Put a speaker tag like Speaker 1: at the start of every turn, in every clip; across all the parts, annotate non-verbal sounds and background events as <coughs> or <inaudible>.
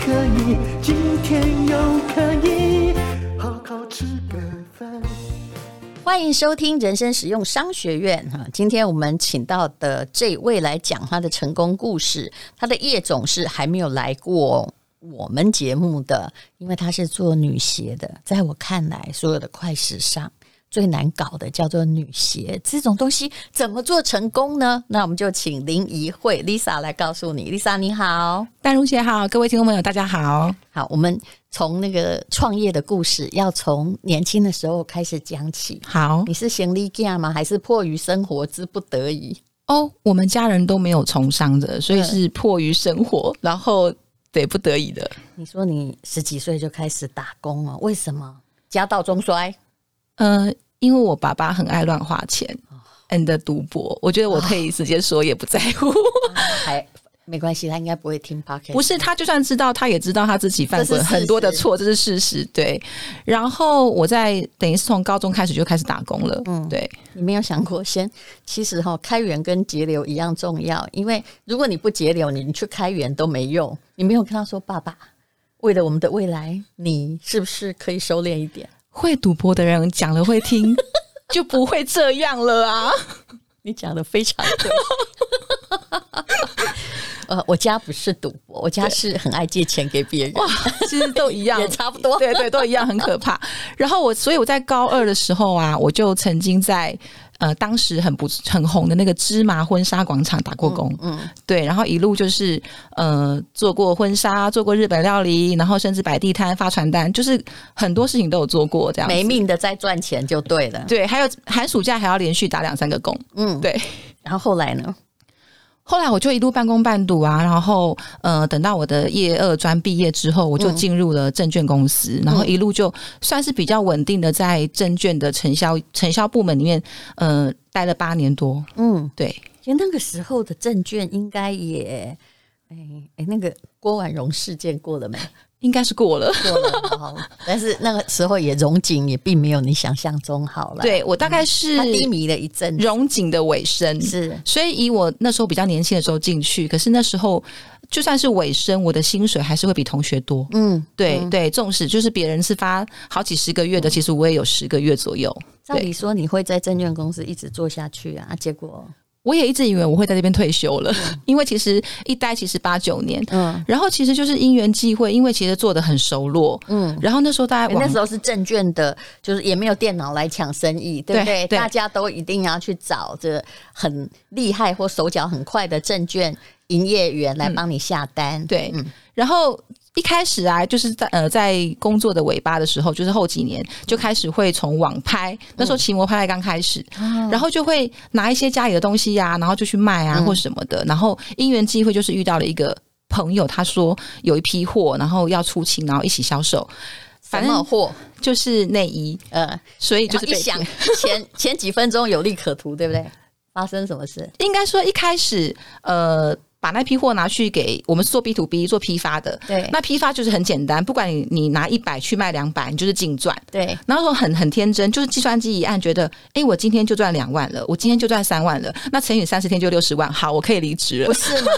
Speaker 1: 可以，今天又可以好好吃个饭。
Speaker 2: 欢迎收听人生实用商学院哈。今天我们请到的这位来讲他的成功故事，他的叶总是还没有来过我们节目的，因为他是做女鞋的。在我看来，所有的快时尚最难搞的叫做女鞋这种东西，怎么做成功呢？ <laughs> 那我们就请林怡慧 Lisa 来告诉你。Lisa 你好，
Speaker 3: 淡如姐好，各位听众朋友大家好。
Speaker 2: 好，我们从那个创业的故事，要从年轻的时候开始讲起。
Speaker 3: 好
Speaker 2: 你是行李架吗？还是迫于生活之不得已？
Speaker 3: 哦，我们家人都没有从商的，所以
Speaker 2: 嗯
Speaker 3: 是迫于生活，然后得不得已的。
Speaker 2: 你说你十几岁就开始打工了，为什么？家道中 <laughs> 衰，
Speaker 3: 呃，因为我爸爸很爱乱花钱，and 赌博，我觉得我可以直接说也不在
Speaker 2: 哦
Speaker 3: 乎。
Speaker 2: 还没关系，他应该不会听 p o c k e t
Speaker 3: 不是他就算知道，他也知道他自己犯
Speaker 2: 这是
Speaker 3: 过
Speaker 2: 事实
Speaker 3: 很多的错，这是事实。对，然后我在等于是从高中开始就开始打工了。嗯，对，
Speaker 2: 你没有想过先，其实哈、开源跟节流一样重要，因为如果你不节流，你你去开源都没用。你没有跟他说，爸爸，为了我们的未来，你是不是可以收敛一点？
Speaker 3: 会赌博的人讲了会听，就不会这样了啊。
Speaker 2: <laughs> 你讲的非常 <laughs> 对。呃，我家不是赌博，我家是很爱借钱给别人。
Speaker 3: 哇， <laughs> 其实都一样，
Speaker 2: 也差不多
Speaker 3: 对对，都一样，很可怕。 <laughs> 然后我，所以我在高二的时候啊，我就曾经在呃当时很不很红的那个芝麻婚纱广场打过工，嗯，对，然后一路就是呃做过婚纱，做过日本料理，然后甚至摆地摊、发传单，就是很多事情都有做过，这样子
Speaker 2: 没。命的在赚钱就对了。
Speaker 3: 对，还有寒暑假还要连续打两三个工，
Speaker 2: 嗯，
Speaker 3: 对。
Speaker 2: 然后后来呢？
Speaker 3: 后来我就一路半工半读啊，然后呃，等到我的业二专毕业之后，我就进入了证券公
Speaker 2: 嗯
Speaker 3: 司，然后一路就算是比较稳定的在证券的承销承销部门里面，呃，待了八年多。
Speaker 2: 嗯，
Speaker 3: 对，
Speaker 2: 其实那个时候的证券应该也，哎哎，那个郭婉容事件过了没？
Speaker 3: 应该是过
Speaker 2: <laughs>
Speaker 3: 了。
Speaker 2: 过了哦，但是那个时候也荣景也并没有你想象中好了，，
Speaker 3: 对我大概是嗯
Speaker 2: 他低迷了一阵子，
Speaker 3: 荣景的尾声，
Speaker 2: 是
Speaker 3: 所以以我那时候比较年轻的时候进去，可是那时候就算是尾声，我的薪水还是会比同学多。
Speaker 2: 嗯，嗯
Speaker 3: 对、对，纵使就是别人是发好几十个月的，其实我也有十个月左右。
Speaker 2: 照理说你会在证券公司一直做下去啊，结果
Speaker 3: 我也一直以为我会在这边退休了， <laughs> 因为其实一待其实八九年，
Speaker 2: 嗯。
Speaker 3: 然后其实就是因缘际会，因为其实做的很熟络，
Speaker 2: 嗯
Speaker 3: 嗯，然后那时候大
Speaker 2: 哎
Speaker 3: 家网、
Speaker 2: 那时候是证券的，就是也没有电脑来抢生意，对不对？
Speaker 3: 对对
Speaker 2: 大家都一定要去找这很厉害或手脚很快的证券营业员来帮你下单。
Speaker 3: 对，
Speaker 2: 嗯
Speaker 3: 然后。一开始啊，就是在呃，在工作的尾巴的时候，就是后几年就开始会从网
Speaker 2: 嗯
Speaker 3: 拍，那时候骑摩拍才刚开始，
Speaker 2: 啊
Speaker 3: 然后就会拿一些家里的东西呀、然后就去卖
Speaker 2: 嗯
Speaker 3: 啊、或什么的。然后因缘际会，就是遇到了一个朋友，他说有一批货，然后要出清，然后一起销售，反
Speaker 2: 什么
Speaker 3: 正
Speaker 2: 货？
Speaker 3: 就是内衣，
Speaker 2: 呃，
Speaker 3: 所以就
Speaker 2: 然后
Speaker 3: 是
Speaker 2: 一
Speaker 3: 被
Speaker 2: 想前 <laughs> 前几分钟有利可图，对不对？发生什么事？
Speaker 3: 应该说一开始，呃，把那批货拿去给我们是做 B to B 做批发的，
Speaker 2: 对
Speaker 3: 那批发就是很简单，不管你你拿一百去卖两百，你就是净赚。
Speaker 2: 对，
Speaker 3: 然后说很很天真，就是计算机一按，觉得，哎，我今天就赚两万了，我今天就赚三万了，那乘以三十天就六十万，好，我可以离职
Speaker 2: 不
Speaker 3: 了。
Speaker 2: 是吗？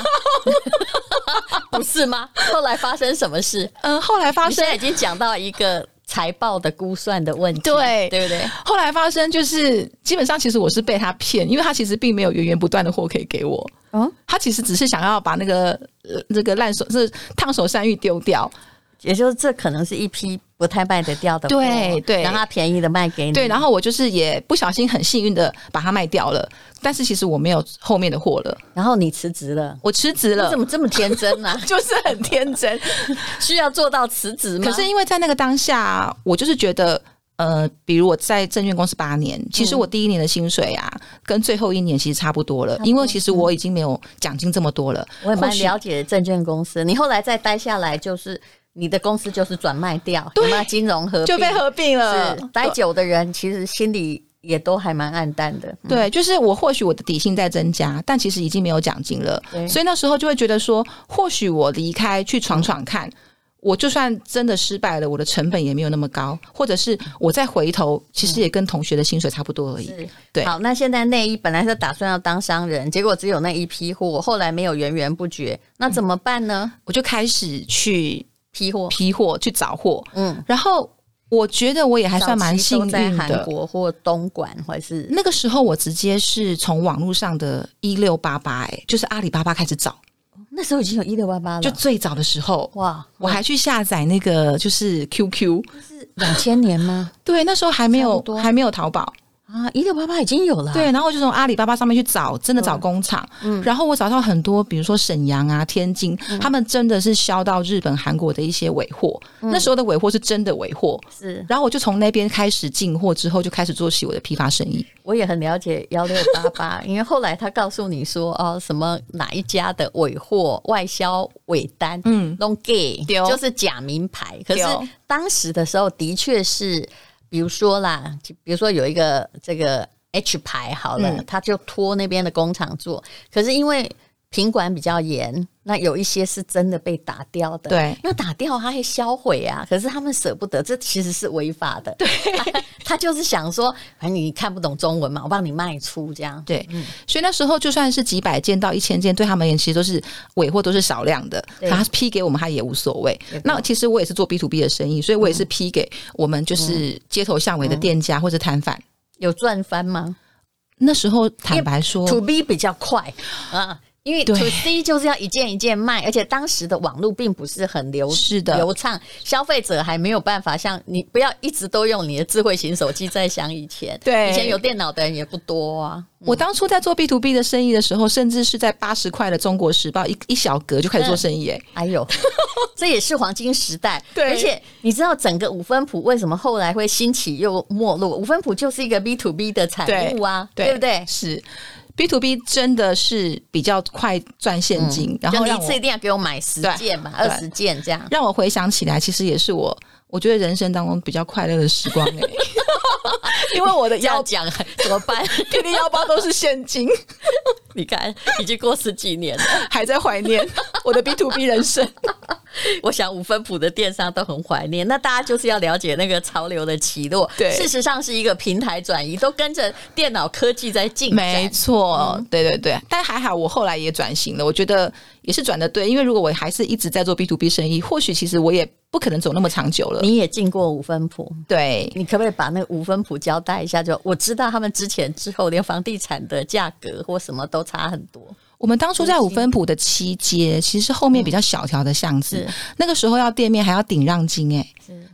Speaker 2: <laughs> 不是吗？后来发生什么事？
Speaker 3: 嗯、后来发
Speaker 2: 你现
Speaker 3: 生，
Speaker 2: 在已经讲到一个财报的估算的问题，
Speaker 3: 对
Speaker 2: 对不对？
Speaker 3: 后来发生就是，基本上其实我是被他骗，因为他其实并没有源源不断的货可以给我，
Speaker 2: 嗯，
Speaker 3: 他其实只是想要把那个、呃、这个烂手这烫手山芋丢掉，
Speaker 2: 也就是这可能是一批不太卖得掉的货，
Speaker 3: 对对
Speaker 2: 让它便宜的卖给你，
Speaker 3: 对，然后我就是也不小心很幸运的把它卖掉了，但是其实我没有后面的货了，
Speaker 2: 然后你辞职了，
Speaker 3: 我辞职
Speaker 2: 你
Speaker 3: 了？
Speaker 2: 怎，么这么天真啊
Speaker 3: 就是很天真。
Speaker 2: <laughs> 需要做到辞职吗？
Speaker 3: 啊可是因为在那个当下，我就是觉得呃，比如我在证券公司八年，其
Speaker 2: 嗯
Speaker 3: 实我第一年的薪水啊，跟最后一年其实差不多了，因为其实我已经没有奖金这么多了。
Speaker 2: 嗯我也蛮
Speaker 3: 或许
Speaker 2: 了解证券公司。你后来再待下来，就是你的公司就是转卖掉，对吗？金融合并
Speaker 3: 就被合并了
Speaker 2: 是，待久的人其实心里也都还蛮暗淡的。嗯
Speaker 3: 对，就是我或许我的底薪在增加，但其实已经没有奖金了
Speaker 2: 对，
Speaker 3: 所以那时候就会觉得说，或许我离开去闯闯看。我就算真的失败了，我的成本也没有那么高，或者是我再回头，其实也跟同学的薪水差不多而已。
Speaker 2: 是
Speaker 3: 对
Speaker 2: 好，那现在内衣本来是打算要当商人，结果只有那一批货，后来没有源源不绝，那怎么办呢？
Speaker 3: 我就开始去
Speaker 2: 批货，
Speaker 3: 批货、去找货，
Speaker 2: 嗯，
Speaker 3: 然后我觉得我也还算蛮幸
Speaker 2: 早期
Speaker 3: 运
Speaker 2: 都在韩
Speaker 3: 的。
Speaker 2: 国或东莞，或是
Speaker 3: 那个时候我直接是从网络上的一六八八，哎，就是阿里巴巴开始找，
Speaker 2: 那时候已经有一六八八了，
Speaker 3: 就最早的时候，
Speaker 2: 哇，
Speaker 3: 我还去下载那个就是 QQ，
Speaker 2: 两千年吗？
Speaker 3: 对，那时候还没
Speaker 2: 差
Speaker 3: 有
Speaker 2: 不多
Speaker 3: 还没有淘宝，
Speaker 2: 啊，一六八八已经有了，
Speaker 3: 对，，然后我就从阿里巴巴上面去找，真
Speaker 2: 嗯
Speaker 3: 的找工厂，然后我找到很多，比如说沈阳啊、天津，
Speaker 2: 嗯
Speaker 3: 他们真的是销到日本、韩国的一些尾货，
Speaker 2: 嗯
Speaker 3: 那时候的尾货是真的尾货，
Speaker 2: 是
Speaker 3: 然后我就从那边开始进货，之后就开始做起我的批发生意，
Speaker 2: 我也很了解幺六八八， <laughs> 因为后来他告诉你说哦，什么哪一家的尾货外销尾单，嗯
Speaker 3: 嗯
Speaker 2: 弄 gay
Speaker 3: 对
Speaker 2: 就是假名牌。可是
Speaker 3: 对
Speaker 2: 当时的时候，的确是，比如说啦，就比如说有一个这个 H 牌好了，
Speaker 3: 嗯
Speaker 2: 他就托那边的工厂做，可是因为品管比较严，那有一些是真的被打掉的，
Speaker 3: 对
Speaker 2: 因为打掉它会销毁啊，可是他们舍不得，这其实是违法的。对， <laughs> 他就是想说，反正你看不懂中文嘛，我帮你卖出这样。
Speaker 3: 对，所以那时候就算是几百件到一千件，对他们而言其实都是尾货，都是少量的。
Speaker 2: 对
Speaker 3: 他批给我们，他也无所谓。那其实我也是做 B to B 的生意，所以我也是
Speaker 2: 嗯
Speaker 3: 批给我们就是街头巷尾的店家或者摊贩。
Speaker 2: 有赚翻吗
Speaker 3: 那时候坦白说，
Speaker 2: ？To B 比较快啊。因为 to
Speaker 3: 对
Speaker 2: C 就是要一件一件卖，而且当时的网络并不是很流
Speaker 3: 是的
Speaker 2: 流畅，消费者还没有办法像你不要一直都用你的智慧型手机在想以前，
Speaker 3: 对
Speaker 2: 以前有电脑的人也不多啊，
Speaker 3: 我当初在做 B to B 的生意的时候，甚至是在八十块的《中国时报》一一小格就开始做生意、哎、
Speaker 2: 哎
Speaker 3: <laughs>
Speaker 2: 呦，这也是黄金时代。
Speaker 3: 对
Speaker 2: 而且你知道整个五分谱为什么后来会兴起又没落？五分谱就是一个 B to B 的产物啊，对不对？
Speaker 3: 是 B to B 真的是比较快赚现金，
Speaker 2: 嗯
Speaker 3: 然
Speaker 2: 就
Speaker 3: 后
Speaker 2: 你
Speaker 3: 让
Speaker 2: 一
Speaker 3: 我
Speaker 2: 次一定要给我买十件嘛，
Speaker 3: 对
Speaker 2: 二十件这样。
Speaker 3: 让我回想起来，其实也是我我觉得人生当中比较快乐的时
Speaker 2: <laughs>
Speaker 3: 光、哎，因为我的
Speaker 2: 要
Speaker 3: 腰
Speaker 2: 讲 <laughs> 怎么办？
Speaker 3: 天天腰包都是现金，
Speaker 2: 你看，已经过十几
Speaker 3: <laughs>
Speaker 2: 年了。
Speaker 3: 还在怀念我的 B to B 人生。
Speaker 2: 我想五分谱的电商都很怀念。那大家就是要了解那个潮流的起落，
Speaker 3: 对
Speaker 2: 事实上是一个平台转移，都跟着电脑科技在进
Speaker 3: 没
Speaker 2: 展。
Speaker 3: 错，对对对，但还好我后来也转型了，我觉得也是转的对，因为如果我还是一直在做 B to B 生意，或许其实我也不可能走那么长久了。
Speaker 2: 你也进过五分谱，
Speaker 3: 对，
Speaker 2: 你可不可以把那个五分谱交代一下？就我知道他们之前之后，连房地产的价格或什么都差很多。
Speaker 3: 我们当初在五分埔的七街，其实后面比较小条的巷子，那个时候要店面还要顶让金、哎，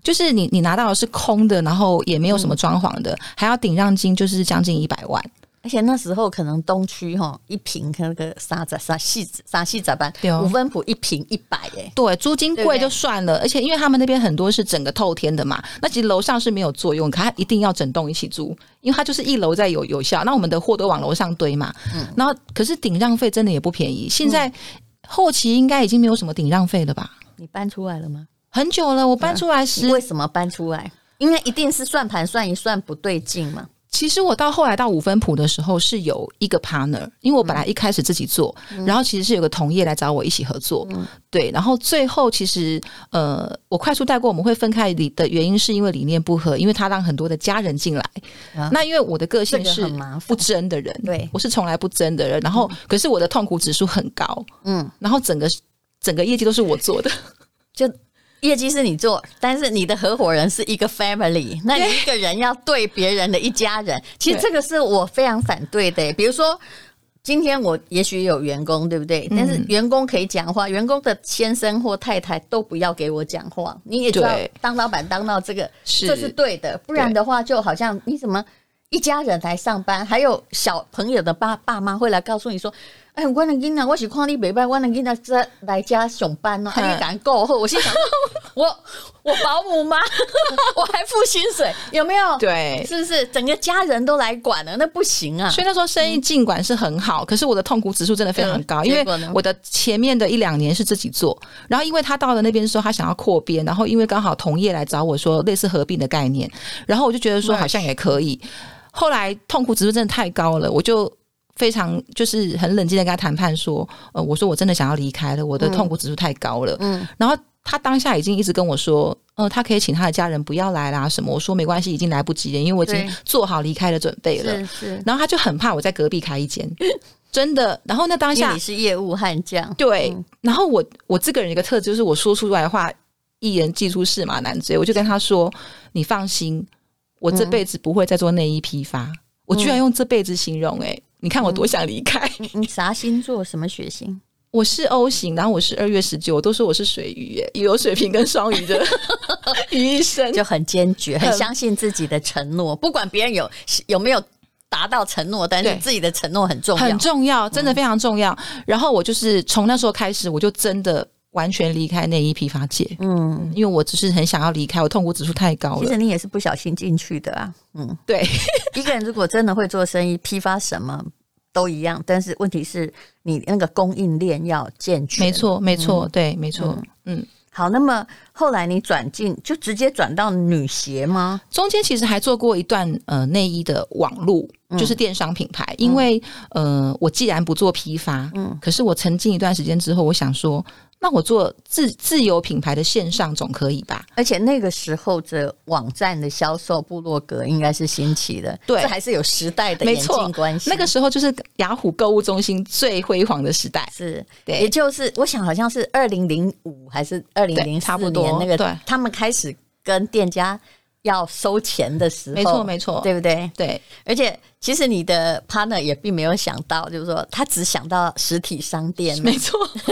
Speaker 3: 就是你你拿到的是空的，然后也没有什么装潢的，还要顶让金，就是将近一百万。
Speaker 2: 而且那时候可能东区哈一平那个沙子沙细沙细咋办
Speaker 3: 对？哦
Speaker 2: 五分谱一平一百哎，
Speaker 3: 对，租金
Speaker 2: 对不
Speaker 3: 贵
Speaker 2: 对
Speaker 3: 就算了，而且因为他们那边很多是整个透天的嘛，那其实楼上是没有作用，可他一定要整栋一起租，因为它就是一楼在有有效，那我们的货都往楼上堆嘛，
Speaker 2: 嗯
Speaker 3: 然后可是顶让费真的也不便宜，现在后期应该已经没有什么顶让费了吧？
Speaker 2: 你搬出来了吗？
Speaker 3: 很久了，我
Speaker 2: 啊
Speaker 3: 搬出来时
Speaker 2: 你，为什么搬出来？因为一定是算盘算一算不对劲嘛。
Speaker 3: 其实我到后来到五分埔的时候是有一个 partner，因为我
Speaker 2: 嗯
Speaker 3: 本来一开始自己做，然后其实是有个同业来找我一起合作，
Speaker 2: 嗯
Speaker 3: 对，然后最后其实呃，我快速带过我们会分开理的原因是因为理念不合，因为他让很多的家人进来，
Speaker 2: 啊
Speaker 3: 那因为我的个性
Speaker 2: 这个
Speaker 3: 是
Speaker 2: 很麻烦
Speaker 3: 不争的人，
Speaker 2: 对
Speaker 3: 我是从来不争的人，然后可是我的痛苦指数很高，
Speaker 2: 嗯
Speaker 3: 嗯，然后整个整个业绩都是我做的，
Speaker 2: 就业绩是你做，但是你的合伙人是一个 family，那你一个人要对别人的一家人，其实这个是我非常反对的。欸比如说。今天我也许有员工，对不对？
Speaker 3: 嗯
Speaker 2: 但是员工可以讲话，员工的先生或太太都不要给我讲话。你也知道
Speaker 3: 对，
Speaker 2: 当老板当到这个，
Speaker 3: 是
Speaker 2: 这是对的，不然的话就好像你怎么一家人来上班，还有小朋友的爸爸妈会来告诉你说，哎，我能跟你讲，我是看你北拜，我能跟你在来家上班呢、啊，你敢够后，我心想， <laughs> 我我保姆吗？ <laughs> 我还付薪水，有没有？
Speaker 3: 对
Speaker 2: 是不是整个家人都来管了？那不行啊！
Speaker 3: 所以那时候生意尽管是很好，可是我的痛苦指数真的非常高，
Speaker 2: 嗯
Speaker 3: 因为
Speaker 2: 结果呢
Speaker 3: 我的前面的一两年是自己做，然后因为他到了那边之后，他想要扩编，然后因为刚好同业来找我说类似合并的概念，然后我就觉得说
Speaker 2: Right
Speaker 3: 好像也可以。后来痛苦指数真的太高了，我就。非常就是很冷静的跟他谈判说，呃，我说我真的想要离开了，我的痛苦指数太高了。
Speaker 2: 嗯，
Speaker 3: 然后他当下已经一直跟我说，呃，他可以请他的家人不要来啦什么。我说没关系，已经来不及了，因为我已经
Speaker 2: 对
Speaker 3: 做好离开的准备了。
Speaker 2: 是是。
Speaker 3: 然后他就很怕我在隔壁开一间， <laughs> 真的。然后那当
Speaker 2: 因为
Speaker 3: 下
Speaker 2: 你是业务悍将，
Speaker 3: 对，
Speaker 2: 嗯
Speaker 3: 然后我我这个人有一个特质就是我说出来的话，一言既出驷马难追。我就跟他说：“你放心，我这辈子不会再做内衣批发。
Speaker 2: 嗯
Speaker 3: 我居然用这辈子形容、欸，你看我多想离开。
Speaker 2: 你你啥星座？什么血型？
Speaker 3: <laughs> 我是 O 型，然后我是二月十九，我都说我是水鱼、欸，有水瓶跟双鱼的 <laughs> 于医 <laughs> 生。
Speaker 2: 就很坚决，很
Speaker 3: 很
Speaker 2: 相信自己的承诺，不管别人有有没有达到承诺，但是
Speaker 3: 对
Speaker 2: 自己的承诺很重要
Speaker 3: 很。重要，真的非常重要。然后我就是从那时候开始，我就真的完全离开内衣批发界，
Speaker 2: 嗯，
Speaker 3: 因为我只是很想要离开，我痛苦指数太高
Speaker 2: 其实
Speaker 3: 了。
Speaker 2: 你也是不小心进去的 <laughs> 啊。嗯，
Speaker 3: 对，
Speaker 2: 一个人如果真的会做生意，批发什么都一样，但是问题是你那个供应链要健全。
Speaker 3: 没。错，没错，对，没错。嗯，
Speaker 2: 好，那么后来你转进就直接转到女鞋吗？
Speaker 3: 中间其实还做过一段呃内衣的网路，就是电商品牌。因为呃，我既然不做批发，嗯，可是我沉浸一段时间之后，我想说，那我做自自由品牌的线上总可以吧？
Speaker 2: 而且那个时候的网站的销售部落格应该是兴起的，
Speaker 3: 对
Speaker 2: 这还是有时代的
Speaker 3: 没
Speaker 2: 演
Speaker 3: 错
Speaker 2: 进关，系。啊
Speaker 3: 那个时候就是雅虎购物中心最辉煌的时代。
Speaker 2: 是，
Speaker 3: 对
Speaker 2: 也就是我想好像是二零零五还是二零零
Speaker 3: 对差不多
Speaker 2: 那个
Speaker 3: 对
Speaker 2: 他们开始跟店家要收钱的时候，
Speaker 3: 没错，没错，
Speaker 2: 对不对？
Speaker 3: 对
Speaker 2: 而且其实你的 partner 也并没有想到，就是说他只想到实体商店，
Speaker 3: <laughs> 没错。
Speaker 2: <laughs>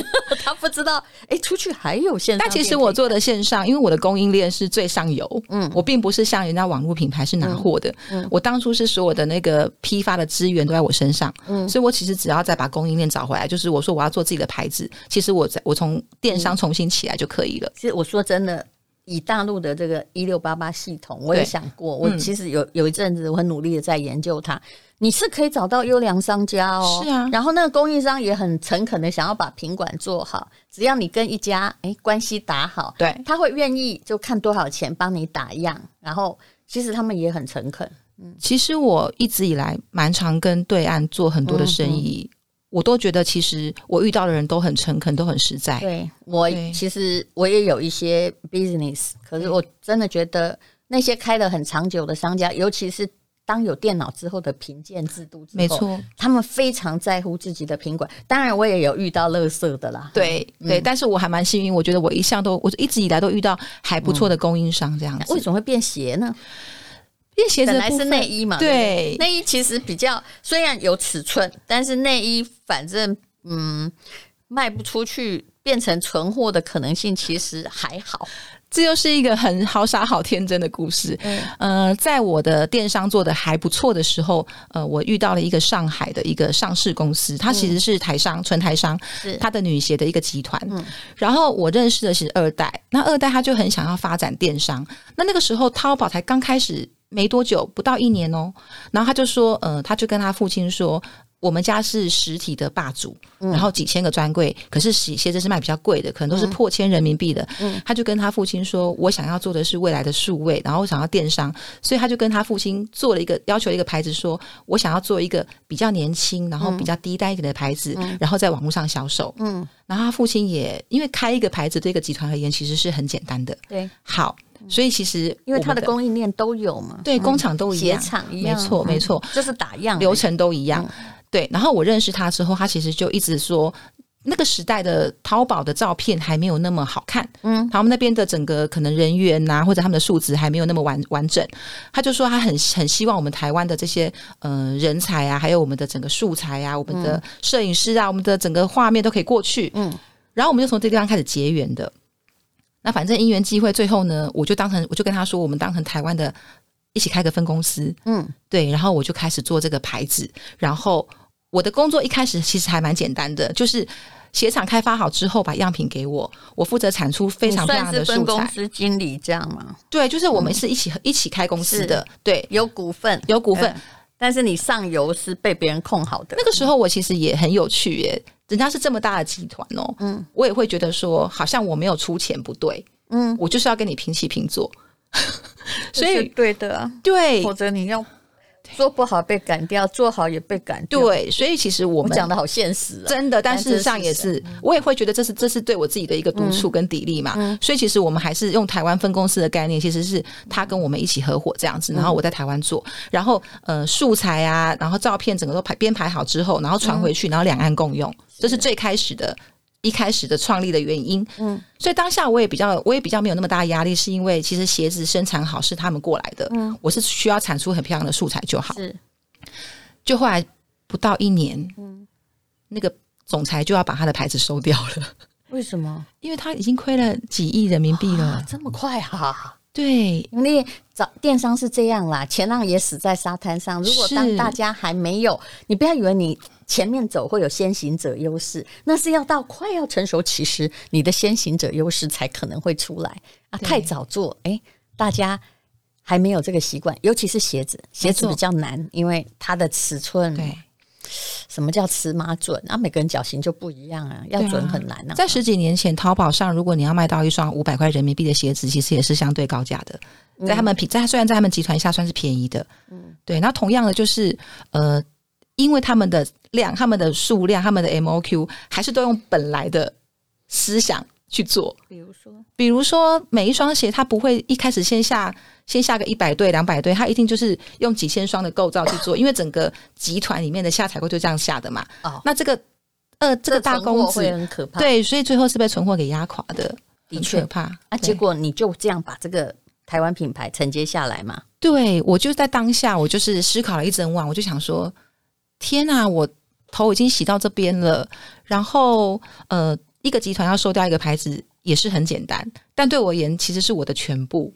Speaker 2: 他不知道哎，出去还有线上
Speaker 3: 但
Speaker 2: 店可以。
Speaker 3: 其实我做的线上，因为我的供应链是最上游，嗯，我并不是像人家网络品牌是拿货的，我当初是所有的那个批发的资源都在我身上，嗯，所以我其实只要再把供应链找回来，就是我说我要做自己的牌子，其实我在我从电商重新起来就可以了。
Speaker 2: 其实我说真的，以大陆的这个一六八八系统，我也
Speaker 3: 对嗯
Speaker 2: 想过，我其实有有一阵子我很努力的在研究它。你是可以找到优良商家哦，
Speaker 3: 是啊
Speaker 2: 然后那个供应商也很诚恳的想要把品管做好，只要你跟一家哎关系打好，
Speaker 3: 对
Speaker 2: 他会愿意就看多少钱帮你打样，然后其实他们也很诚恳，
Speaker 3: 其实我一直以来蛮常跟对岸做很多的生意，我都觉得其实我遇到的人都很诚恳，都很实在，
Speaker 2: 对哎我
Speaker 3: 对
Speaker 2: 其实我也有一些 business，可是我真的觉得那些开了很长久的商家，尤其是当有电脑之后的评鉴制度之后，
Speaker 3: 没，错。
Speaker 2: 他们非常在乎自己的品管。当然，我也有遇到乐色的啦。
Speaker 3: 对对，
Speaker 2: 嗯
Speaker 3: 但是我还蛮幸运，我觉得我一向都，我一直以来都遇到还不错的供应商这样子。
Speaker 2: 嗯为什么会变鞋呢？
Speaker 3: 因为鞋子
Speaker 2: 本
Speaker 3: 的
Speaker 2: 来
Speaker 3: 部
Speaker 2: 是
Speaker 3: 分
Speaker 2: 内衣嘛，
Speaker 3: 对
Speaker 2: 不内衣其实比较虽然有尺寸，但是内衣反正嗯卖不出去，变成存货的可能性其实还好。
Speaker 3: 这又是一个很好傻好天真的故事。呃，在我的电商做的还不错的时候，呃，我遇到了一个上海的一个上市公司，它其实是台商，纯台商
Speaker 2: 是，
Speaker 3: 它的女鞋的一个集团。然后我认识的是二代，那二代他就很想要发展电商，那那个时候淘宝才刚开始没多久，不到一年哦。然后他就说，呃，他就跟他父亲说。我们家是实体的霸主，然后几千个专柜，可是洗鞋子是卖比较贵的，可能都
Speaker 2: 嗯
Speaker 3: 是破千人民币的。他就跟他父亲说：“我想要做的是未来的数位，然后我想要电商。”所以他就跟他父亲做了一个要求，一个牌子说：“我想要做一个比较年轻，然后
Speaker 2: 嗯
Speaker 3: 比较低单一点的牌子，然后在网络上销售。”嗯，然后他父亲也因为开一个牌子对一个集团而言其实是很简单的，
Speaker 2: 对，
Speaker 3: 好，所以其实
Speaker 2: 嗯因为
Speaker 3: 我
Speaker 2: 它的
Speaker 3: 们
Speaker 2: 供应链都有嘛，
Speaker 3: 对工厂都一
Speaker 2: 鞋
Speaker 3: 样，
Speaker 2: 厂一
Speaker 3: 没
Speaker 2: 样，
Speaker 3: 错
Speaker 2: 嗯
Speaker 3: 没错，
Speaker 2: 就是打样
Speaker 3: 流程都一样。对，然后我认识他之后，他其实就一直说。那个时代的淘宝的照片还没有那么好看，嗯，他们那边的整个可能人员啊呐、或者他们的数值还没有那么完完整，他就说他很很希望我们台湾的这些呃人才啊，还有我们的整个素材啊，我们的摄影师啊，我们的整个画面都可以过去，嗯，然后我们就从这地方开始结缘的。那反正因缘机会，最后呢，我就当成我就跟他说，我们当成台湾的一起开个分公司，
Speaker 2: 嗯
Speaker 3: 对，然后我就开始做这个牌子，然后我的工作一开始其实还蛮简单的，就是鞋厂开发好之后把样品给我，我负责产出非常
Speaker 2: 你
Speaker 3: 漂亮
Speaker 2: 算
Speaker 3: 的
Speaker 2: 是分
Speaker 3: 素
Speaker 2: 公
Speaker 3: 材。
Speaker 2: 司经理这样吗？
Speaker 3: 对，就是我们是一起、一起开公司的，对，
Speaker 2: 有股份，
Speaker 3: 有股份。
Speaker 2: 嗯但是你上游是被别人控好的
Speaker 3: 那，个时候我其实也很有趣耶，人家是这么大的集团哦，嗯，我也会觉得说好像我没有出钱不对，
Speaker 2: 嗯，
Speaker 3: 我就是要跟你平起平坐， <laughs> 所
Speaker 2: 这是
Speaker 3: 以
Speaker 2: 对的啊，
Speaker 3: 对
Speaker 2: 否则你要做不好被赶掉，做好也被赶掉。，
Speaker 3: 对，所以其实我
Speaker 2: 我
Speaker 3: 们
Speaker 2: 们讲的好现实啊。
Speaker 3: 真的，但
Speaker 2: 但
Speaker 3: 事嗯
Speaker 2: 这
Speaker 3: 实上
Speaker 2: 是
Speaker 3: 也
Speaker 2: 谁
Speaker 3: 是，我也会觉得这是这是对我自己的一个督促跟砥砺嘛。所以其实我们还是用台湾分公司的概念，其实是他跟我们一起合伙这样子，然后我在台湾做，然后呃素材啊，然后照片整个都排编排好之后，然后传回去，然后两岸共用，这嗯是最开始的。一开始的创立的原因，嗯，所以当下我也比较，我也比较没有那么大的压力，是因为其实鞋子生产好是他们过来的，嗯，我是需要产出很漂亮的素材就好。
Speaker 2: 是
Speaker 3: 就后来不到一年，
Speaker 2: 嗯
Speaker 3: 那个总裁就要把他的牌子收掉了， <laughs>
Speaker 2: 为什么
Speaker 3: 因为他已经亏了几亿人民币了
Speaker 2: 啊。这么快啊？
Speaker 3: 对，
Speaker 2: 因为早电商是这样啦，前浪也死在沙滩上。如果
Speaker 3: 是
Speaker 2: 当大家还没有，你不要以为你前面走会有先行者优势，那是要到快要成熟，其实你的先行者优势才可能会出来啊。
Speaker 3: 对
Speaker 2: 太早做，哎，大家还没有这个习惯，尤其是鞋子，鞋子
Speaker 3: 没错
Speaker 2: 比较难，因为它的尺寸，
Speaker 3: 对，
Speaker 2: 什么叫尺码准啊？每个人脚型就不一样啊，要
Speaker 3: 对啊
Speaker 2: 准很难啊。
Speaker 3: 在十几年前，淘宝上如果你要卖到一双五百块人民币的鞋子，其实也是相对高价的，
Speaker 2: 嗯
Speaker 3: 在他们平在虽然在他们集团下算是便宜的，嗯，对。那同样的就是呃，因为他们的量、他们的数量、他们的 MOQ 还是都用本来的思想去做，
Speaker 2: 比如说，
Speaker 3: 比如说每一双鞋，它不会一开始先下先下个一百对、两百对，它一定就是用几千双的构造去
Speaker 2: <coughs>
Speaker 3: 做，因为整个集团里面的下采购就这样下的嘛。
Speaker 2: 哦
Speaker 3: 那这个呃，这个大公
Speaker 2: 这个存货会
Speaker 3: 子
Speaker 2: 很可怕。
Speaker 3: 对，所以最后是被存货给压垮的，
Speaker 2: 的
Speaker 3: 很
Speaker 2: 确
Speaker 3: 可怕
Speaker 2: 啊，
Speaker 3: 对
Speaker 2: 结果你就这样把这个台湾品牌承接下来嘛？
Speaker 3: 对我就在当下，我就是思考了一整晚，我就想说，天啊，我头已经洗到这边了，然后呃，一个集团要收掉一个牌子也是很简单，但对我而言其实是我的全部，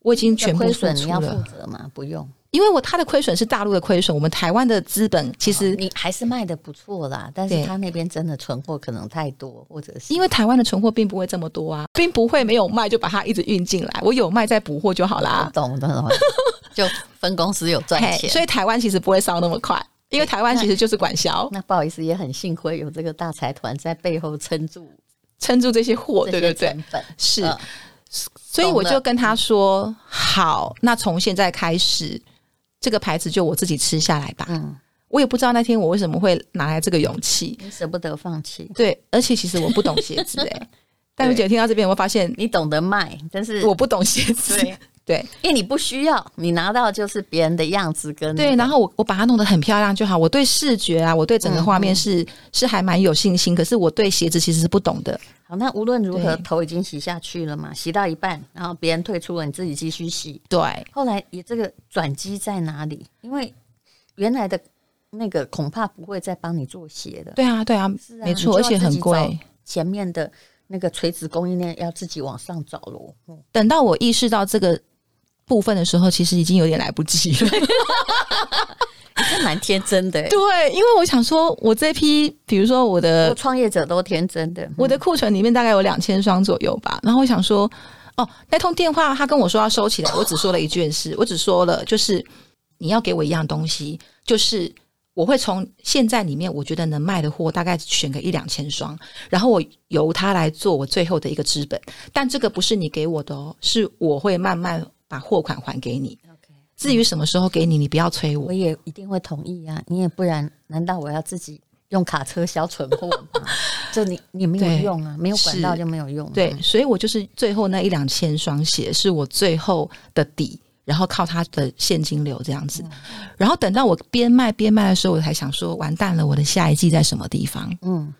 Speaker 3: 我已经全部
Speaker 2: 亏
Speaker 3: 付
Speaker 2: 损你
Speaker 3: 出
Speaker 2: 要负
Speaker 3: 了，
Speaker 2: 责嘛？不用，
Speaker 3: 因为我他的亏损是大陆的亏损，我们台湾的资本其实
Speaker 2: 哦你还是卖的不错啦，但是
Speaker 3: 对
Speaker 2: 他那边真的存货可能太多，或者是
Speaker 3: 因为台湾的存货并不会这么多啊，并不会没有卖就把它一直运进来，我有卖再补货就好啦
Speaker 2: 我。懂懂
Speaker 3: <laughs>
Speaker 2: 懂，就分公司有哦赚
Speaker 3: 嘿
Speaker 2: 钱，
Speaker 3: 所
Speaker 2: 以
Speaker 3: 以台湾其实不会烧那么快，因为台湾其实就是管销，
Speaker 2: 那不好意思，也很幸亏有这个大财团在背后撑住
Speaker 3: 撑住这些货，
Speaker 2: 这
Speaker 3: 哦对对
Speaker 2: 些
Speaker 3: 对
Speaker 2: 成。本，
Speaker 3: 是，
Speaker 2: 嗯
Speaker 3: 所以我
Speaker 2: 懂
Speaker 3: 就
Speaker 2: 了嗯
Speaker 3: 跟他说：“好，那从现在开始，这个牌子就我自己吃下来吧。”
Speaker 2: 嗯
Speaker 3: 我也不知道那天我为什么会拿来这个勇气。
Speaker 2: 你舍不得放弃，
Speaker 3: 对，而且其实我不懂鞋子哎、
Speaker 2: <laughs>
Speaker 3: 但我姐听到这边，我会发现
Speaker 2: 你懂得卖，但是
Speaker 3: 我不懂鞋子。
Speaker 2: 对
Speaker 3: <laughs> 对
Speaker 2: 因为你不需要，你拿到就是别人的样子跟
Speaker 3: 对，然后我我把它弄得很漂亮就好。我对视觉啊，我对整个画面
Speaker 2: 嗯
Speaker 3: 是、是还蛮有信心，可是我对鞋子其实是不懂的。
Speaker 2: 好，那无论如何，
Speaker 3: 对
Speaker 2: 头已经洗下去了嘛，洗到一半，然后别人退出了，你自己继续洗。
Speaker 3: 对，
Speaker 2: 后来你这个转机在哪里？因为原来的那个恐怕不会再帮你做鞋的，
Speaker 3: 对啊，对啊，
Speaker 2: 是啊
Speaker 3: 没错，而
Speaker 2: 你就
Speaker 3: 且
Speaker 2: 要自
Speaker 3: 很
Speaker 2: 己
Speaker 3: 贵。
Speaker 2: 找前面的那个垂直供应链要自己往上找喽。嗯
Speaker 3: 等到我意识到这个部分的时候，其实已经有点来不及了。
Speaker 2: 这蛮天真 <laughs> 的、欸，
Speaker 3: 对，因为我想说，我这批，比如说我
Speaker 2: 做
Speaker 3: 的
Speaker 2: 创业者都天真的。
Speaker 3: 我的库存里面大概有两千双左右吧，然后我想说，哦，那通电话他跟我说要收起来，我只说了一件事，我只说了就是你要给我一样东西，就是。我会从现在里面我觉得能卖的货，大概选个一两千双，然后我由它来做我最后的一个资本。但这个不是你给我的哦，是我会慢慢把货款还给你。
Speaker 2: OK
Speaker 3: 至于什么时候给你，你不要催我
Speaker 2: 嗯我。也一定会同意啊！你也不然，难道我要自己用卡车销存货
Speaker 3: <laughs>
Speaker 2: 吗？就你你没有
Speaker 3: 对
Speaker 2: 用啊，没有管
Speaker 3: 是
Speaker 2: 道就没有用、啊。
Speaker 3: 对，所以我就是最后那一两千双鞋是我最后的底，然后靠它的现金流这样子。
Speaker 2: 嗯
Speaker 3: 然后等到我边卖边卖的时候，我才想说，完蛋了，我的下一季在什么地方？
Speaker 2: 嗯
Speaker 3: 嗯，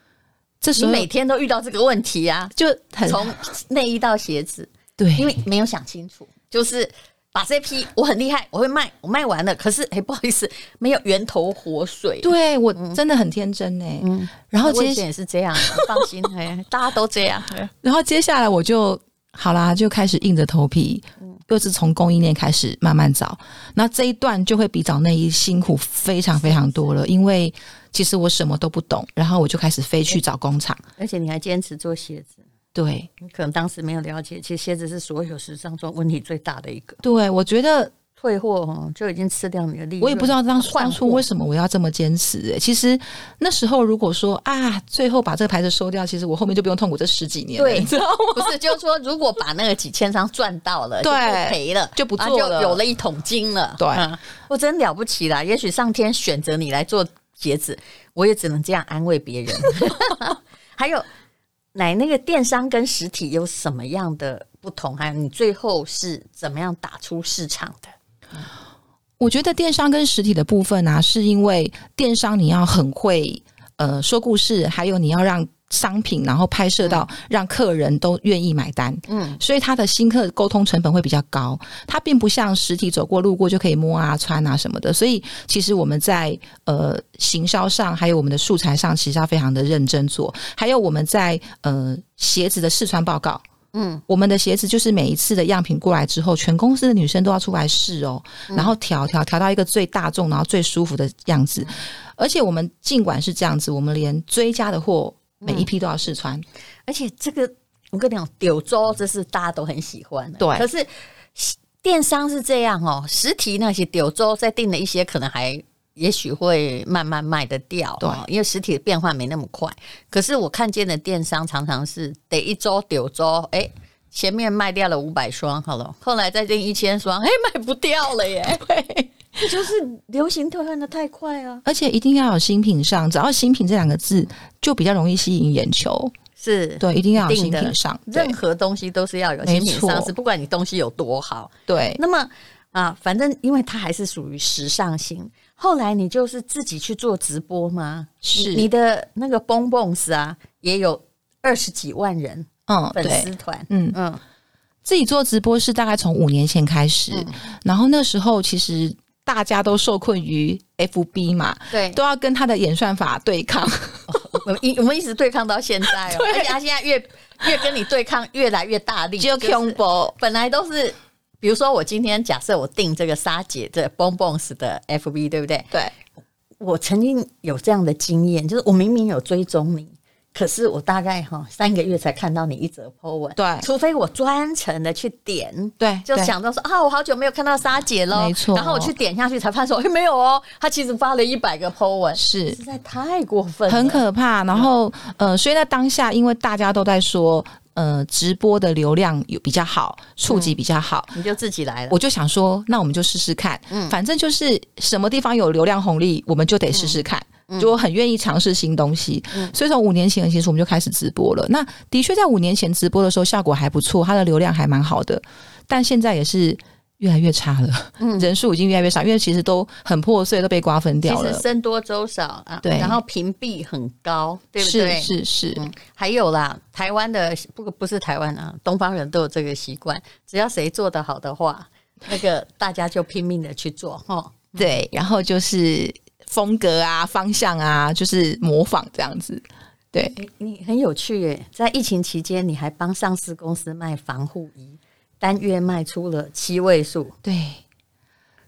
Speaker 3: 这时
Speaker 2: 你
Speaker 3: 候
Speaker 2: 每天都遇到这个问题啊，
Speaker 3: 就很
Speaker 2: 从内衣到鞋子，
Speaker 3: 对，
Speaker 2: 因为没有想清楚，就是把这批我很厉害，我会卖，我卖完了，可是哎、不好意思，没有源头活水。
Speaker 3: 对我真的很天真呢、欸然后
Speaker 2: 嗯我
Speaker 3: 接
Speaker 2: 以前也是这 <laughs> 样，你放心，哎，大家都这样。哎嗯
Speaker 3: 然后接下来我就好啦，就开始硬着头皮，又是从供应链开始慢慢找，那这一段就会比找内衣辛苦非常非常多了，因为其实我什么都不懂，然后我就开始飞去找工厂，
Speaker 2: 而且你还坚持做鞋子，
Speaker 3: 对，
Speaker 2: 你可能当时没有了解，其实鞋子是所有时尚中问题最大的一个。
Speaker 3: 对，我觉得
Speaker 2: 退货哦就已经吃掉你的利润，
Speaker 3: 我也不知道当
Speaker 2: 换
Speaker 3: 当初
Speaker 2: 货
Speaker 3: 为什么我要这么坚持、欸。其实那时候如果说啊，最后把这个牌子收掉，其实我后面就不用痛苦这十几年了，
Speaker 2: 对
Speaker 3: 你知道 <laughs> 吗？
Speaker 2: 不是，就是说，如果把那个几千张赚到了，
Speaker 3: 对
Speaker 2: 就不赔了，
Speaker 3: 就不
Speaker 2: 啊
Speaker 3: 做了
Speaker 2: 就有了一桶金了。
Speaker 3: 对
Speaker 2: 啊我真了不起啦！也许上天选择你来做鞋子，我也只能这样安慰别
Speaker 3: <laughs>
Speaker 2: 人。还有，奶那个电商跟实体有什么样的不同？还有，你最后是怎么样打出市场的？
Speaker 3: 我觉得电商跟实体的部分啊，是因为电商你要很会呃说故事，还有你要让。商品，然后拍摄到让客人都愿意买单，嗯，所以它的新客沟通成本会比较高，它并不像实体走过路过就可以摸啊、穿啊什么的，所以其实我们在呃行销上，还有我们的素材上，其实要非常的认真做，还有我们在呃鞋子的试穿报告。嗯，我们的鞋子就是每一次的样品过来之后，全公司的女生都要出来试哦，然后调调调到一个最大众，然后最舒服的样子。
Speaker 2: 嗯
Speaker 3: 而且我们尽管是这样子，我们连追加的货每
Speaker 2: 嗯
Speaker 3: 一批都要试穿。
Speaker 2: 而且这个，我跟你讲，柳州这是大家都很喜欢的，
Speaker 3: 对
Speaker 2: 可是电商是这样哦，实体那些柳州在定的一些可能还。也许会慢慢卖得掉，
Speaker 3: 对
Speaker 2: 哦，因为实体的变化没那么快。可是我看见的电商常常是得一周、柳周，哎、前面卖掉了五百双，好了，后来再定一千双，哎、卖不掉了耶。 <laughs> 就是流行退换的太快啊。
Speaker 3: 而且一定要有新品上，只要新品这两个字就比较容易吸引眼球。
Speaker 2: 是，
Speaker 3: 对，一定要有
Speaker 2: 一定
Speaker 3: 新
Speaker 2: 的
Speaker 3: 品上。对
Speaker 2: 任何东西都是要有
Speaker 3: 没
Speaker 2: 新品上
Speaker 3: 错
Speaker 2: 市，不管你东西有多好，
Speaker 3: 对，
Speaker 2: 那么啊，反正因为它还是属于时尚型。后来你就是自己去做直播吗？
Speaker 3: 是
Speaker 2: 你你的那个 Bon Bons 啊，也有二十几万人
Speaker 3: 嗯，
Speaker 2: 粉
Speaker 3: 对
Speaker 2: 丝，团。
Speaker 3: 嗯，
Speaker 2: 嗯，
Speaker 3: 自己做直播是大概从五年前开始，
Speaker 2: 嗯
Speaker 3: 然后那时候其实大家都受困于 FB 嘛，
Speaker 2: 对，
Speaker 3: 都要跟他的演算法对抗。
Speaker 2: 我们一我们一直对抗到现在
Speaker 3: <laughs>
Speaker 2: 哦，而且他现在越越跟你对抗越来越大力，就是
Speaker 3: 博
Speaker 2: 本来都是，比如说我今天假设我订这个沙姐这 Bon Bons 的 FB，对不对？
Speaker 3: 对，
Speaker 2: 我曾经有这样的经验，就是我明明有追踪你，可是我大概哈三个月才看到你一则 po 文，
Speaker 3: 对
Speaker 2: 除非我专程的去点。
Speaker 3: 对，
Speaker 2: 就
Speaker 3: 对
Speaker 2: 想到说啊，我好久没有看到莎姐喽，
Speaker 3: 没错
Speaker 2: 然后我去点下去才发现说，哎，没有哦，她其实发了一百个 po 文，
Speaker 3: 是
Speaker 2: 实在太过分了，
Speaker 3: 很可怕。然后，呃，所以在当下，因为大家都在说，呃，直播的流量有比较好，触及比较好，
Speaker 2: 你就自己来了。
Speaker 3: 我就想说，那我们就试试看。
Speaker 2: 嗯
Speaker 3: 反正就是什么地方有流量红利，我们就得试试看。
Speaker 2: 嗯
Speaker 3: 就我很愿意尝试新东西，所以从五年前其实我们就开始直播了。那的确在五年前直播的时候效果还不错，它的流量还蛮好的，但现在也是越来越差了，
Speaker 2: 嗯
Speaker 3: <laughs> 人数已经越来越少，因为其实都很破碎，都被瓜分
Speaker 2: 其
Speaker 3: 掉
Speaker 2: 实
Speaker 3: 了。
Speaker 2: 僧多粥少啊，
Speaker 3: 对
Speaker 2: 然后屏蔽很高，对不对？
Speaker 3: 是是是，
Speaker 2: 还有啦，台湾的不不是台湾啊，东方人都有这个习惯，只要谁做得好的话，那个 <laughs> 大家就拼命的去做哈。嗯
Speaker 3: 对，然后就是风格啊、方向啊，就是模仿这样子。对，
Speaker 2: 诶你很有趣耶，在疫情期间，你还帮上市公司卖防护衣，单月卖出了七位数，
Speaker 3: 对，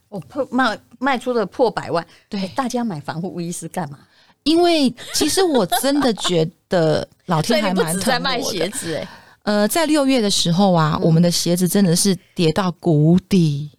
Speaker 2: 我破卖卖出了破百万。
Speaker 3: 对
Speaker 2: 诶大家买防护衣是干嘛？
Speaker 3: 因为其实我真的觉得老
Speaker 2: 所
Speaker 3: 天
Speaker 2: 以你
Speaker 3: 还
Speaker 2: 不
Speaker 3: 蛮
Speaker 2: 只
Speaker 3: 疼
Speaker 2: 在卖
Speaker 3: 我
Speaker 2: 鞋嗯
Speaker 3: 的。
Speaker 2: 子哎，
Speaker 3: 呃，在六月的时候啊，我们的鞋子真的是跌到谷底。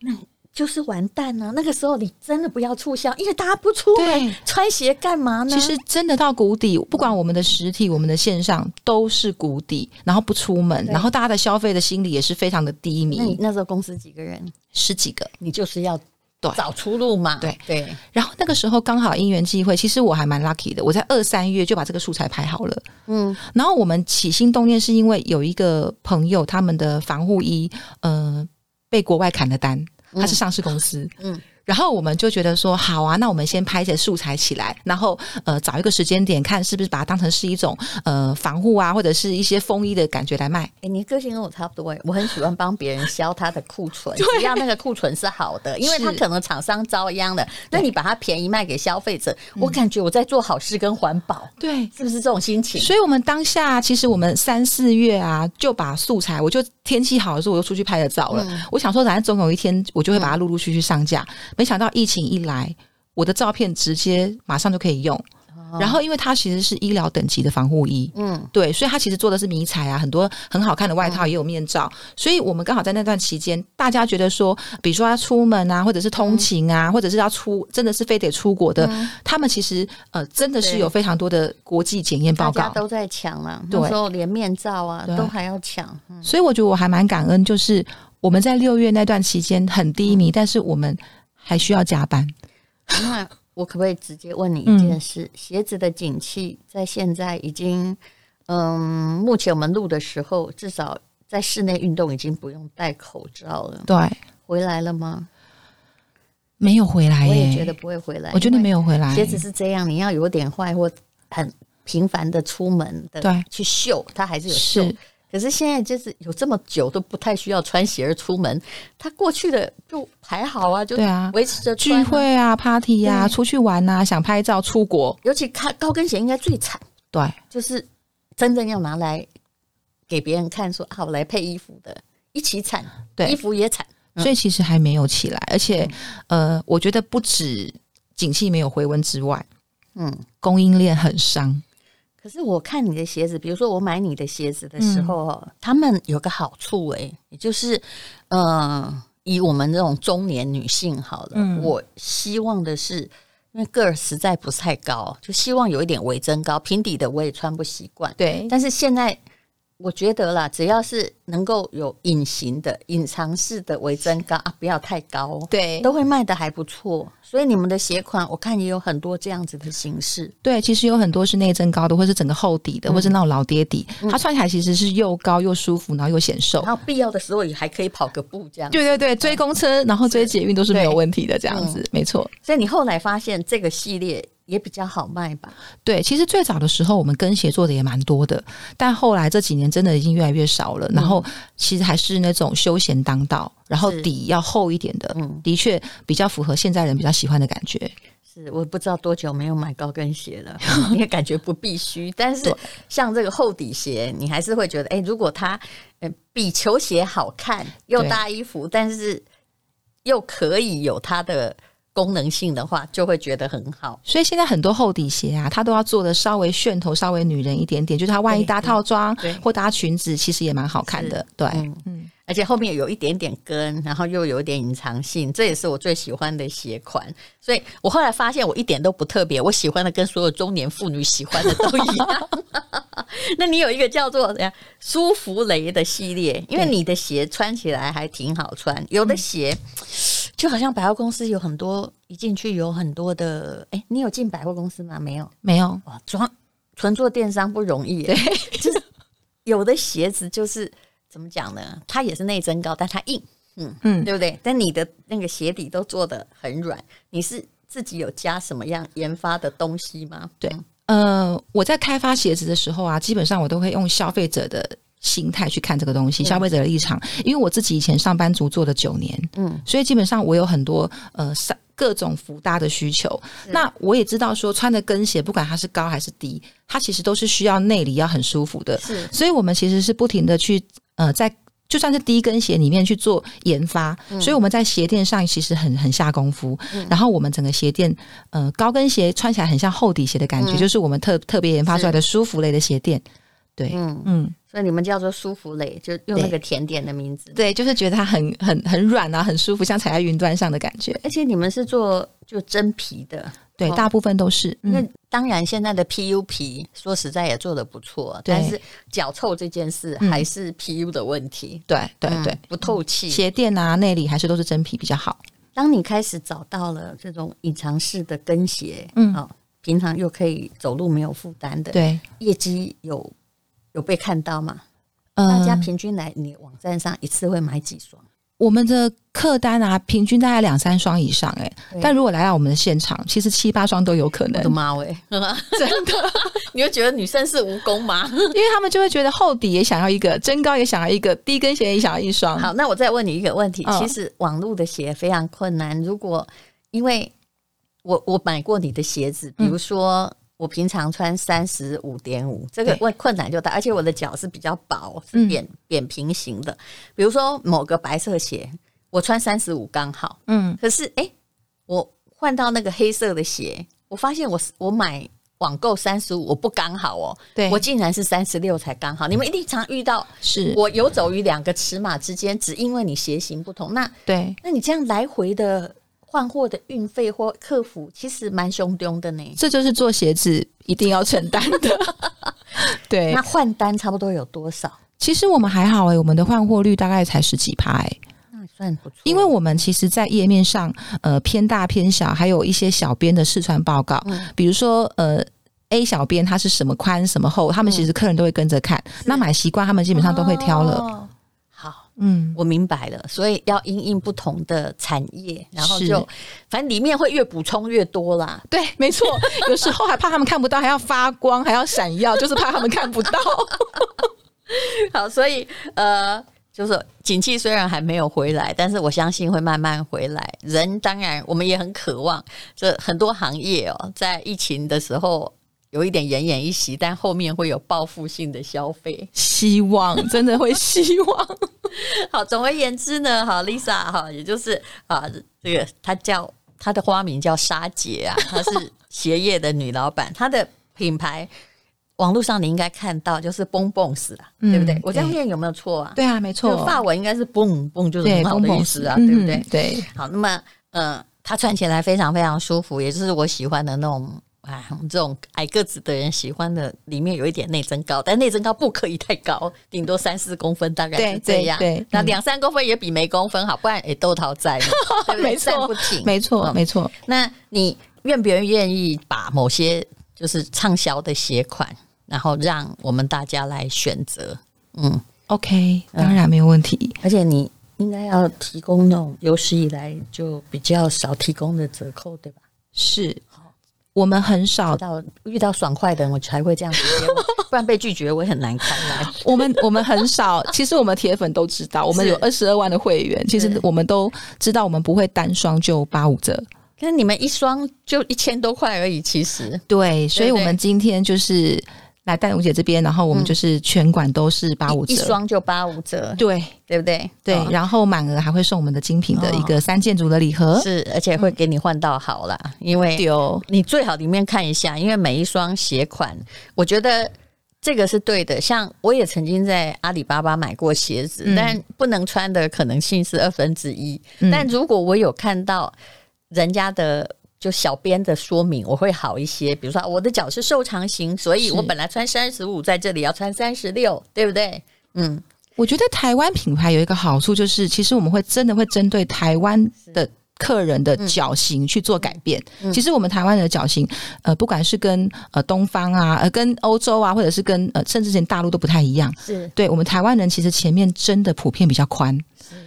Speaker 2: 就是完蛋了、那个时候你真的不要促销，因为大家不出门
Speaker 3: 对
Speaker 2: 穿鞋干嘛呢？
Speaker 3: 其实真的到谷底，不管我们的实体、我们的线上都是谷底，然后不出门，然后大家的消费的心理也是非常的低
Speaker 2: 那你
Speaker 3: 迷，
Speaker 2: 那时候公司几个人？
Speaker 3: 十几个。
Speaker 2: 你就是要
Speaker 3: 对
Speaker 2: 找出路嘛。
Speaker 3: 对
Speaker 2: 对，
Speaker 3: 然后那个时候刚好因缘际会，其实我还蛮 lucky 的，我在二三月就把这个素材拍好了。
Speaker 2: 嗯，
Speaker 3: 然后我们起心动念是因为有一个朋友他们的防护衣，呃，被国外砍了单，他是上市公司，
Speaker 2: 嗯
Speaker 3: 嗯，然后我们就觉得说，好啊，那我们先拍一些素材起来，然后呃找一个时间点看是不是把它当成是一种呃防护啊，或者是一些风衣的感觉来卖。
Speaker 2: 哎、你个性跟我差不多哎，我很喜欢帮别人销他的库 <laughs> 存，只要那个库存是好的，因为他
Speaker 3: 是
Speaker 2: 可能厂商遭殃了，那你把它便宜卖给消费者，我感觉我在做好事跟环保，
Speaker 3: 对，
Speaker 2: 是不是这种心情？
Speaker 3: 所以我们当下其实我们三四月啊，就把素材，我就天气好的时候我就出去拍了照了。
Speaker 2: 嗯
Speaker 3: 我想说，反正总有一天我就会把它陆陆续续上架。没想到疫情一来，我的照片直接马上就可以用。然后，因为它其实是医疗等级的防护衣，
Speaker 2: 哦嗯，
Speaker 3: 对，所以它其实做的是迷彩啊，很多很好看的外套，也有面罩。所以我们刚好在那段期间，大家觉得说，比如说要出门啊，或者是通勤
Speaker 2: 嗯
Speaker 3: 啊，或者是要出，真的是非得出国的，他们其实呃，真的是
Speaker 2: 对
Speaker 3: 有非常多的国际检验报
Speaker 2: 大家
Speaker 3: 告。
Speaker 2: 都在抢啊，
Speaker 3: 对
Speaker 2: 那时候连面罩啊
Speaker 3: 对
Speaker 2: 都还要抢，嗯
Speaker 3: 所以我觉得我还蛮感恩，就是我们在六月那段期间很低
Speaker 2: 嗯
Speaker 3: 迷，但是我们还需要加班。
Speaker 2: 那我可不可以直接问你一件事？鞋子的景气在现在已经，嗯，目前我们录的时候，至少在室内运动已经不用戴口罩了，
Speaker 3: 对，
Speaker 2: 回来了吗？
Speaker 3: 没有回来耶、
Speaker 2: 我也觉得不会回来，
Speaker 3: 哎我觉得没
Speaker 2: 有。
Speaker 3: 有回来。
Speaker 2: 鞋子是这样，你要有点坏或很频繁的出门的，
Speaker 3: 对啊
Speaker 2: 去秀，它还是有啊秀
Speaker 3: 是。
Speaker 2: 可是现在就是有这么久都不太需要穿鞋儿出门，它过去的就还好啊，就
Speaker 3: 对啊
Speaker 2: 维持着穿
Speaker 3: 聚
Speaker 2: 啊。
Speaker 3: 会啊、party 啊、
Speaker 2: 对
Speaker 3: 出去玩啊、想拍照、出国，
Speaker 2: 尤其看高跟鞋应该最惨，
Speaker 3: 对，
Speaker 2: 就是真正要拿来给别人看说啊，我来配衣服的，一起惨，
Speaker 3: 对
Speaker 2: 衣服也惨，嗯
Speaker 3: 所以其实还没有起来。而且，呃，我觉得不止景气没有回温之外，
Speaker 2: 嗯。
Speaker 3: 供应链很伤。
Speaker 2: 可是我看你的鞋子，比如说我买你的鞋子的时
Speaker 3: 嗯
Speaker 2: 候，哦他们有个好处诶、也就是，呃，以我们这种中年女性好了，
Speaker 3: 嗯
Speaker 2: 我希望的是，因为个儿实在不太高，就希望有一点微增高，平底的我也穿不习惯。
Speaker 3: 对
Speaker 2: 但是现在我觉得啦，只要是能够有隐形的、隐藏式的微增高啊，不要太高哦，
Speaker 3: 对
Speaker 2: 都会卖的还不错。所以你们的鞋款，我看也有很多这样子的形式。
Speaker 3: 对，其实有很多是内增高的，或是整个厚底的，或是
Speaker 2: 嗯
Speaker 3: 那种老爹底，它穿起来其实是又高又舒服，然后又显瘦。
Speaker 2: 然后必要的时候也还可以跑个步这样。
Speaker 3: 对对对，追公车，然后追捷运都是没有问题的，这样
Speaker 2: 嗯
Speaker 3: 子、没错。
Speaker 2: 所以你后来发现这个系列也比较好卖吧？
Speaker 3: 对，其实最早的时候我们跟鞋做的也蛮多的，但后来这几年真的已经越来越少了。然后其实还是那种休闲当道，然后
Speaker 2: 嗯是
Speaker 3: 底要厚一点的，
Speaker 2: 嗯
Speaker 3: 的确比较符合现在人比较喜欢的感觉。
Speaker 2: 是我不知道多久没有买高跟鞋了， <laughs> 因为感觉不必须。但是
Speaker 3: 对
Speaker 2: 像这个厚底鞋，你还是会觉得，哎、如果它呃比球鞋好看，又
Speaker 3: 对
Speaker 2: 搭衣服，但是又可以有它的功能性的话，就会觉得很好。
Speaker 3: 所以现在很多厚底鞋啊，它都要做的稍微炫头、稍微女人一点点，就是它万一
Speaker 2: 对
Speaker 3: 搭套装
Speaker 2: 对
Speaker 3: 或搭裙子，其实也蛮好看的
Speaker 2: 是。
Speaker 3: 对，
Speaker 2: 嗯而且后面有一点点跟，然后又有一点隐藏性，这也是我最喜欢的鞋款。所以我后来发现我一点都不特别，我喜欢的跟所有中年妇女喜欢的都一 <laughs> 样。那你有一个叫做怎样舒芙蕾的系列，因为
Speaker 3: 对
Speaker 2: 你的鞋穿起来还挺好穿，有的鞋。就好像百货公司有很多，一进去有很多的。哎、你有进百货公司吗？没有。
Speaker 3: 没有
Speaker 2: 哇，哦装纯做电商不容易耶，就是有的鞋子就是怎么讲呢？它也是内增高，但它硬，嗯嗯，
Speaker 3: 嗯
Speaker 2: 对不对？但你的那个鞋底都做的很软，你是自己有加什么样研发的东西吗？嗯
Speaker 3: 对，呃，我在开发鞋子的时候啊，基本上我都会用消费者的心态去看这个东西，消费者的立场。因为我自己以前上班族做了九年，
Speaker 2: 嗯
Speaker 3: 嗯，所以基本上我有很多呃三各种服搭的需求。那我也知道说，穿的跟鞋不管它是高还是低，它其实都是需要内里要很舒服的。
Speaker 2: 是
Speaker 3: 所以我们其实是不停的去呃在。就算是低跟鞋里面去做研发，所以我们在鞋垫上其实很很下功夫。然后我们整个鞋垫，呃，高跟鞋穿起来很像厚底鞋的感觉，就是我们特特别研发出来的舒服类的鞋垫。对，
Speaker 2: 嗯
Speaker 3: 嗯
Speaker 2: 所以你们叫做舒芙蕾，就用那个甜点的名字。
Speaker 3: 对，就是觉得它很很很软啊，很舒服，像踩在云端上的感觉。
Speaker 2: 而且你们是做就真皮的，
Speaker 3: 对，
Speaker 2: 哦
Speaker 3: 大部分都是。嗯
Speaker 2: 那当然现在的 PU 皮说实在也做的不错，
Speaker 3: 对
Speaker 2: 但是脚臭这件事还是 PU 的问题，
Speaker 3: 对对
Speaker 2: 嗯
Speaker 3: 对，
Speaker 2: 不透气，
Speaker 3: 鞋垫啊，内里还是都是真皮比较好。
Speaker 2: 当你开始找到了这种隐藏式的跟鞋，嗯，哦，平常又可以走路没有负担的，，
Speaker 3: 对，
Speaker 2: 业绩有有被看到吗？嗯
Speaker 3: 呃
Speaker 2: 大家平均来你网站上一次会买几双？
Speaker 3: 我们的客单啊，平均大概两三双以上、欸，哎，但如果来到我们的现场，其实七八双都有可能
Speaker 2: 我的，妈喂， <laughs> 真的，你会觉得女生是蜈蚣吗？
Speaker 3: 因为他们就会觉得厚底也想要一个，增高也想要一个，低跟鞋也想要一双。
Speaker 2: 好，那我再问你一个问题，
Speaker 3: 嗯
Speaker 2: 其实网络的鞋非常困难，如果因为我我买过你的鞋子，比如说。我平常穿三十五点五，这个
Speaker 3: 对
Speaker 2: 问困难就大，而且我的脚是比较薄，是
Speaker 3: 嗯
Speaker 2: 扁、扁平型的。比如说某个白色鞋，我穿三十五刚好，
Speaker 3: 嗯，
Speaker 2: 可是哎、诶我换到那个黑色的鞋，我发现我是我买网购三十五，我不刚好哦，
Speaker 3: 对
Speaker 2: 我竟然是三十六才刚好。你们一定常遇到
Speaker 3: 是，
Speaker 2: 我游走于两个尺码之间，只因为你鞋型不同。那
Speaker 3: 对。
Speaker 2: 那你这样来回的换货的运费或客服，其实蛮凶丢的呢。
Speaker 3: 这就是做鞋子一定要承担
Speaker 2: <laughs>
Speaker 3: 的。对
Speaker 2: 那，换单差不多有多少？
Speaker 3: 其实我们还好诶、哎我们的换货率大概才十几趴哎诶、
Speaker 2: 那也算不错，
Speaker 3: 因为我们其实，在页面上，呃，偏大偏小，还有一些小编的试穿报告，
Speaker 2: 嗯
Speaker 3: 比如说，呃。A 小编他是什么宽什么厚，他们
Speaker 2: 嗯
Speaker 3: 其实客人都会跟着看。那买习惯，他们基本上都会挑了。
Speaker 2: 哦好，
Speaker 3: 嗯，
Speaker 2: 我明白了，所以要因应不同的产业，然后
Speaker 3: 是
Speaker 2: 就反正里面会越补充越多啦。
Speaker 3: 对，没错。有时候还怕他们看不到，还要发光，还要闪耀，就是怕他们看不到。
Speaker 2: <laughs> 好，所以呃，就是景气虽然还没有回来，但是我相信会慢慢回来。人当然我们也很渴望，这很多行业哦，在疫情的时候有一点奄奄一息，但后面会有报复性的消费。 <laughs>
Speaker 3: 希望真的会希望。
Speaker 2: 好，总而言之呢，好，Lisa 哈，也就是啊，这个她叫她的花名叫莎姐啊，她是鞋业的女老板，她的品牌。网络上你应该看到，就是蹦蹦死啊，
Speaker 3: 嗯
Speaker 2: 对不对？我这样
Speaker 3: 对
Speaker 2: 念有没有错啊？
Speaker 3: 对啊，没
Speaker 2: 就
Speaker 3: 错。
Speaker 2: 法文应该是蹦蹦，就是
Speaker 3: 对，
Speaker 2: 很好的意思啊，对不对？
Speaker 3: 嗯对，
Speaker 2: 好，那么呃，它穿起来非常非常舒服，也就是我喜欢的那种。啊，这种矮个子的人喜欢的，里面有一点内增高，但内增高不可以太高，顶多三四公分，大概
Speaker 3: 对
Speaker 2: 是这样。
Speaker 3: 对对
Speaker 2: 那
Speaker 3: 嗯
Speaker 2: 两三公分也比没公分好，不然也都讨
Speaker 3: <laughs>
Speaker 2: 债嘛，对不对？
Speaker 3: 没错
Speaker 2: 站不挺。
Speaker 3: 没错，
Speaker 2: 嗯
Speaker 3: 没错。
Speaker 2: 那你愿不愿意把某些就是畅销的鞋款，然后让我们大家来选择？嗯，
Speaker 3: OK，
Speaker 2: 嗯
Speaker 3: 当然没有问题。
Speaker 2: 而且你应该要提供那种有史以来就比较少提供的折扣，对吧？
Speaker 3: 是我们很少
Speaker 2: 遇，到遇到爽快的人，我才会这样直接问， <laughs> 不然被拒绝我也很难啊堪啦。
Speaker 3: 我们我们很少。其实我们铁粉都知道，我们有二十二万的会员，其实
Speaker 2: 对
Speaker 3: 我们都知道，我们不会单双就八五折。
Speaker 2: 可是你们一双就一千多块而已，其实
Speaker 3: 对，所以
Speaker 2: 对
Speaker 3: 我们今天就是来戴茹姐这边，然后我们就是全馆都是八五
Speaker 2: 一一
Speaker 3: 折。嗯
Speaker 2: 双就八五折，
Speaker 3: 对
Speaker 2: 对不对？
Speaker 3: 对，
Speaker 2: 哦
Speaker 3: 然后满额还会送我们的精品的一个三件组的礼盒。
Speaker 2: 是，而且会给你换到好啦，因为
Speaker 3: 丢
Speaker 2: 你最好里面看一下，因为每一双鞋款，我觉得这个是对的。像我也曾经在阿里巴巴买过鞋子，
Speaker 3: 嗯
Speaker 2: 但不能穿的可能性是二分之一。
Speaker 3: 嗯
Speaker 2: 但如果我有看到人家的。就小编的说明，我会好一些。比如说，啊我的脚是瘦长型，所以
Speaker 3: 是
Speaker 2: 我本来穿三十五，在这里要穿三十六，对不对？嗯，
Speaker 3: 我觉得台湾品牌有一个好处，就是其实我们会真的会针对台湾的客人的脚型去做改变。
Speaker 2: 嗯
Speaker 3: 其实我们台湾人的脚型，呃，不管是跟呃东方啊，呃跟欧洲啊，或者是跟呃甚至连大陆都不太一样。
Speaker 2: 是
Speaker 3: 对我们台湾人，其实前面真的普遍比较宽，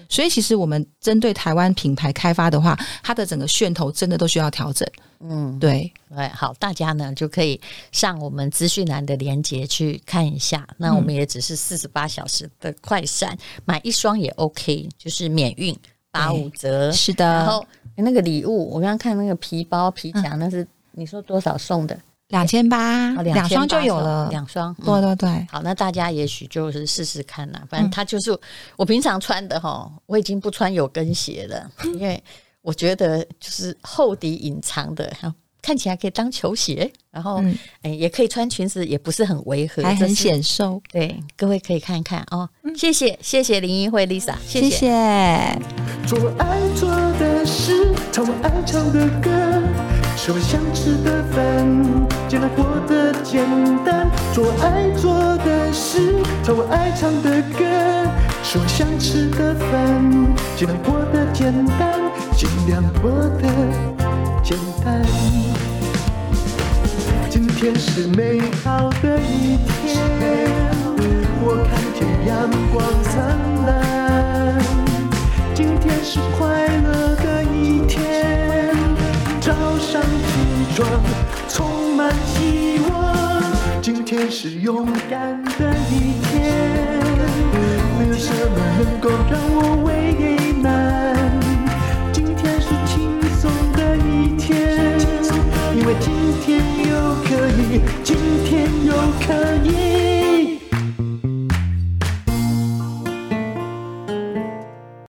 Speaker 3: 所以其实我们针对台湾品牌开发的话，它的整个噱头真的都需要调整。嗯，对，
Speaker 2: 哎，好，大家呢就可以上我们资讯栏的链接去看一下。那我们也只是四十八小时的快闪，买一双也 OK，就是免运八五折。
Speaker 3: 是
Speaker 2: 嗯然
Speaker 3: 的，
Speaker 2: 后嗯那个礼物，我刚刚看那个皮包、皮夹，那是你说多少送的？
Speaker 3: 两千八，
Speaker 2: 啊
Speaker 3: 两双就
Speaker 2: 2800
Speaker 3: 有了。
Speaker 2: 两双。嗯
Speaker 3: 对对对，
Speaker 2: 好，那大家也许就是试试看啦。
Speaker 3: 嗯
Speaker 2: 反正它就是我平常穿的哈，我已经不穿有跟鞋了，
Speaker 3: 嗯
Speaker 2: 因为我觉得就是厚底隐藏的，然后看起来可以当球鞋，然后
Speaker 3: 嗯
Speaker 2: 哎、也可以穿裙子，也不是很违和，
Speaker 3: 还
Speaker 2: 这
Speaker 3: 很
Speaker 2: 是。
Speaker 3: 显瘦，
Speaker 2: 对，各位可以看看哦。谢谢，谢谢林一慧 Lisa，谢
Speaker 3: 谢
Speaker 2: 谢。
Speaker 3: 谢。
Speaker 1: 做我爱做的事，唱我爱唱的歌，吃我想吃的饭，尽量过得简单。做我爱做的事，唱我爱唱的歌，吃我想吃的饭，尽量过得简单，尽量过得简单。今天是美好的一天，我看见阳光灿烂。今是快乐的一天。早上起床充满希望，今天是勇敢的一天，没有什么能够让我为难。今天是轻松的一天，因为今天。